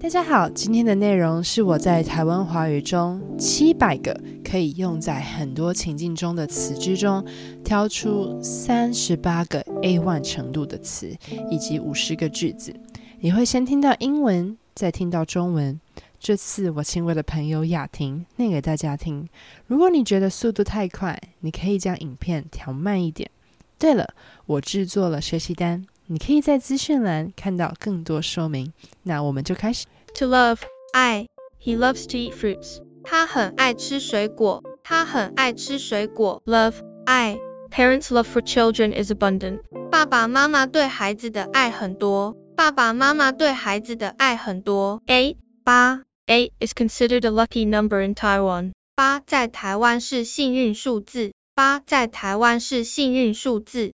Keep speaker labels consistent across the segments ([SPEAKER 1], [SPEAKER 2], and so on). [SPEAKER 1] 大家好，今天的内容是我在台湾华语中七百个可以用在很多情境中的词之中，挑出三十八个 A1 程度的词，以及五十个句子。你会先听到英文，再听到中文。这次我请我的朋友雅婷念给大家听。如果你觉得速度太快，你可以将影片调慢一点。对了，我制作了学习单，你可以在资讯栏看到更多说明。那我们就开始。
[SPEAKER 2] To love，爱。He loves to eat fruits。他很爱吃水果。他很爱吃水果。Love，爱。Parents' love for children is abundant。爸爸妈妈对孩子的爱很多。爸爸妈妈对孩子的爱很多。Eight，八。Eight is considered a lucky number in Taiwan。八在台湾是幸运数字。八在台湾是幸运数字。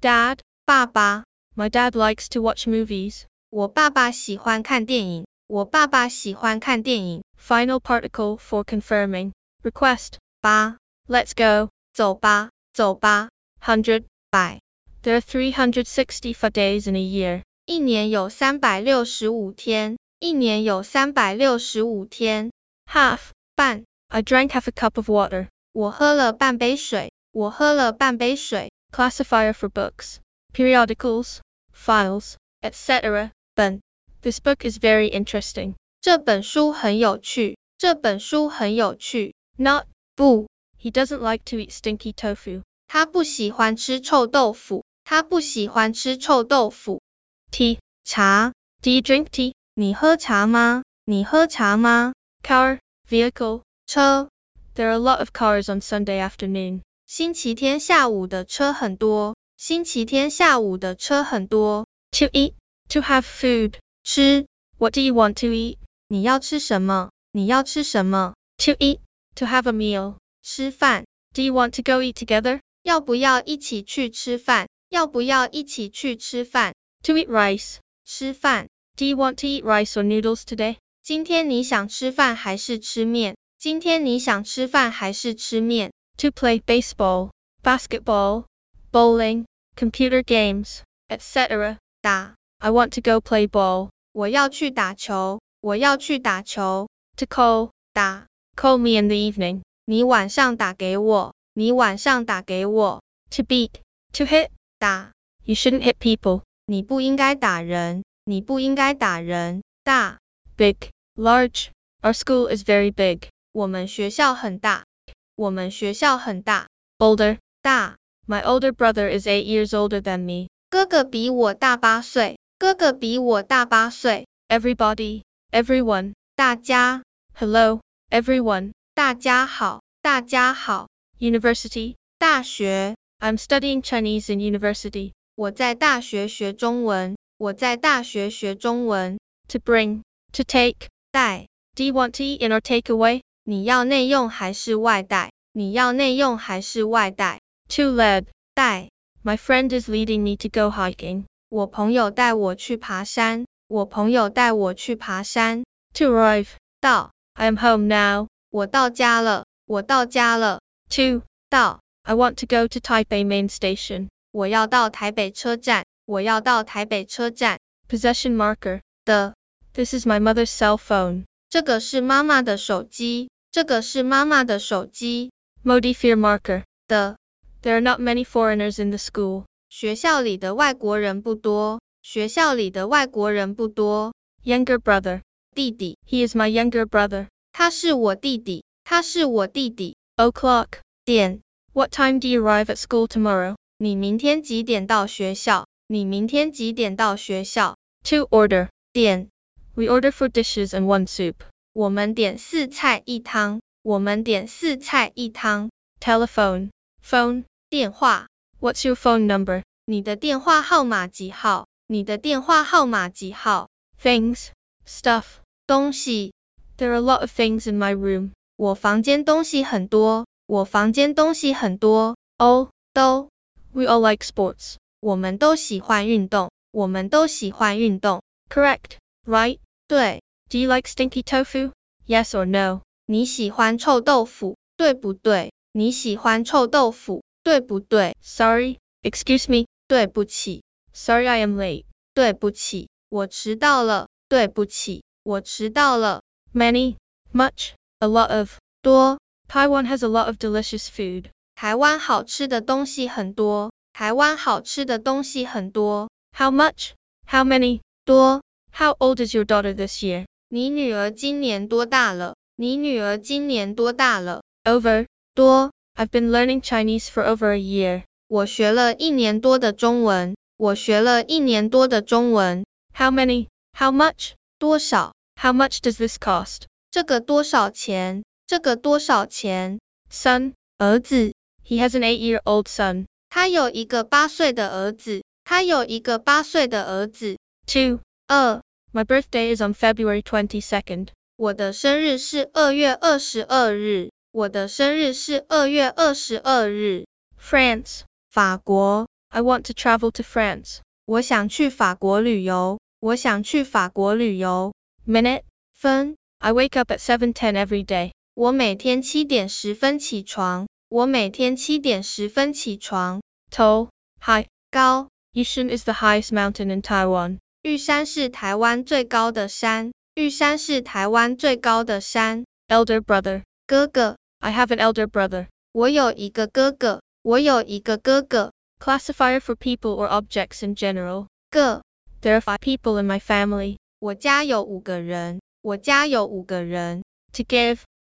[SPEAKER 2] Dad，爸爸。My dad likes to watch movies。我爸爸喜欢看电影。我爸爸喜欢看电影。Final particle for confirming. Request. 八。Let's go. 走吧，走吧。Hundred. 百。There are 365 days in a year. 一年有三百六十五天。一年有三百六十五天。Half. 半。I drank half a cup of water. 我喝了半杯水。我喝了半杯水。Classifier for books, periodicals, files, etc. 本。This book is very interesting. 这本书很有趣。这本书很有趣。Not 不。He doesn't like to eat stinky tofu. 他不喜欢吃臭豆腐。他不喜欢吃臭豆腐。Tea 茶。Do you drink tea? 你喝茶吗？你喝茶吗？Car vehicle 车。There are a lot of cars on Sunday afternoon. 星期天下午的车很多。星期天下午的车很多。To eat to have food. 吃。What do you want to eat? 你要吃什么？你要吃什么？To eat, to have a meal. 吃饭。Do you want to go eat together? 要不要一起去吃饭？要不要一起去吃饭？To eat rice. 吃饭。Do you want to eat rice or noodles today? 今天你想吃饭还是吃面？今天你想吃饭还是吃面？To play baseball, basketball, bowling, computer games, etc. 打。I want to go play ball. 我要去打球，我要去打球。To call 打，call me in the evening. 你晚上打给我，你晚上打给我。To beat, to hit 打，You shouldn't hit people. 你不应该打人，你不应该打人。大，big, large. Our school is very big. 我们学校很大，我们学校很大。Older 大，My older brother is eight years older than me. 哥哥比我大八岁。哥哥比我大八岁。Everybody, everyone, 大家。Hello, everyone, 大家好，大家好。University, 大学。I'm studying Chinese in university. 我在大学学中文。我在大学学中文。To bring, to take, 带。Do you want to eat in or take away? 你要内用还是外带？你要内用还是外带？To lead, 带。My friend is leading me to go hiking. 我朋友带我去爬山，我朋友带我去爬山。To arrive，到。I am home now，我到家了，我到家了。To，到。I want to go to Taipei Main Station，我要到台北车站，我要到台北车站。Possession marker，的。This is my mother's cell phone，这个是妈妈的手机，这个是妈妈的手机。Modifier marker，的。There are not many foreigners in the school。学校里的外国人不多，学校里的外国人不多。Younger brother，弟弟。He is my younger brother。他是我弟弟，他是我弟弟。O'clock，点。What time do you arrive at school tomorrow？你明天几点到学校？你明天几点到学校？To order，点。We order four dishes and one soup。我们点四菜一汤。我们点四菜一汤。Telephone，phone，电话。What's your phone number? 你的电话号码几号？你的电话号码几号？Things, stuff, 东西。There are a lot of things in my room. 我房间东西很多。我房间东西很多。All, 都。We all like sports. 我们都喜欢运动。我们都喜欢运动。Correct, right? 对。Do you like stinky tofu? Yes or no? 你喜欢臭豆腐，对不对？你喜欢臭豆腐，对不对？Sorry, excuse me. 对不起。Sorry, I am late. 对不起，我迟到了。对不起。我迟到了。Many, much, a lot of, 多。Taiwan has a lot of delicious food. 台湾好吃的东西很多。台湾好吃的东西很多。How much? How many? 多。How old is your daughter this year? 你女儿今年多大了？你女儿今年多大了？Over 多。I've been learning Chinese for over a year. 我学了一年多的中文。我学了一年多的中文。How many? How much? 多少？How much does this cost? 这个多少钱？这个多少钱？Son 儿子。He has an eight-year-old son. 他有一个八岁的儿子。他有一个八岁的儿子。Two 二。My birthday is on February 22nd. 我的生日是二月二十二日。我的生日是二月二十二日。France，法国。I want to travel to France. 我想去法国旅游。我想去法国旅游。Minute，分。I wake up at 7:10 every day. 我每天七点十分起床。我每天七点十分起床。Tall, high, 高。Yishun is the highest mountain in Taiwan. 玉山是台湾最高的山。玉山是台湾最高的山。Elder brother. 哥哥，I have an elder brother。我有一个哥哥，我有一个哥哥。Classifier for people or objects in general。个，There are five people in my family。我家有五个人，我家有五个人。To give，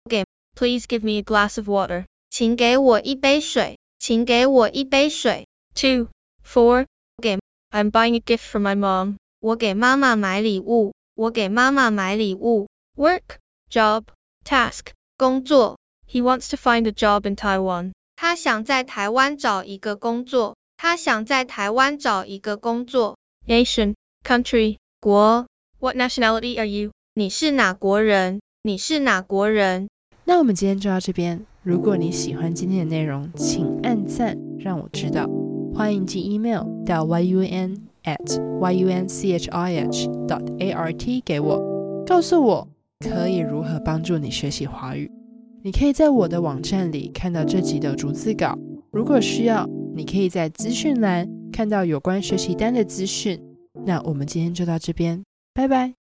[SPEAKER 2] 给，Please give me a glass of water。请给我一杯水，请给我一杯水。Two, four，给，I'm buying a gift for my mom。我给妈妈买礼物，我给妈妈买礼物。Work, job, task。工作。He wants to find a job in Taiwan. 他想在台湾找一个工作。他想在台湾找一个工作。Nation, country, 国。What nationality are you? 你是哪国人？你是哪国人？
[SPEAKER 1] 那我们今天就到这边。如果你喜欢今天的内容，请按赞让我知道。欢迎寄 email 到 yun at yunchih dot art 给我，告诉我可以如何帮助你学习华语。你可以在我的网站里看到这集的逐字稿。如果需要，你可以在资讯栏看到有关学习单的资讯。那我们今天就到这边，拜拜。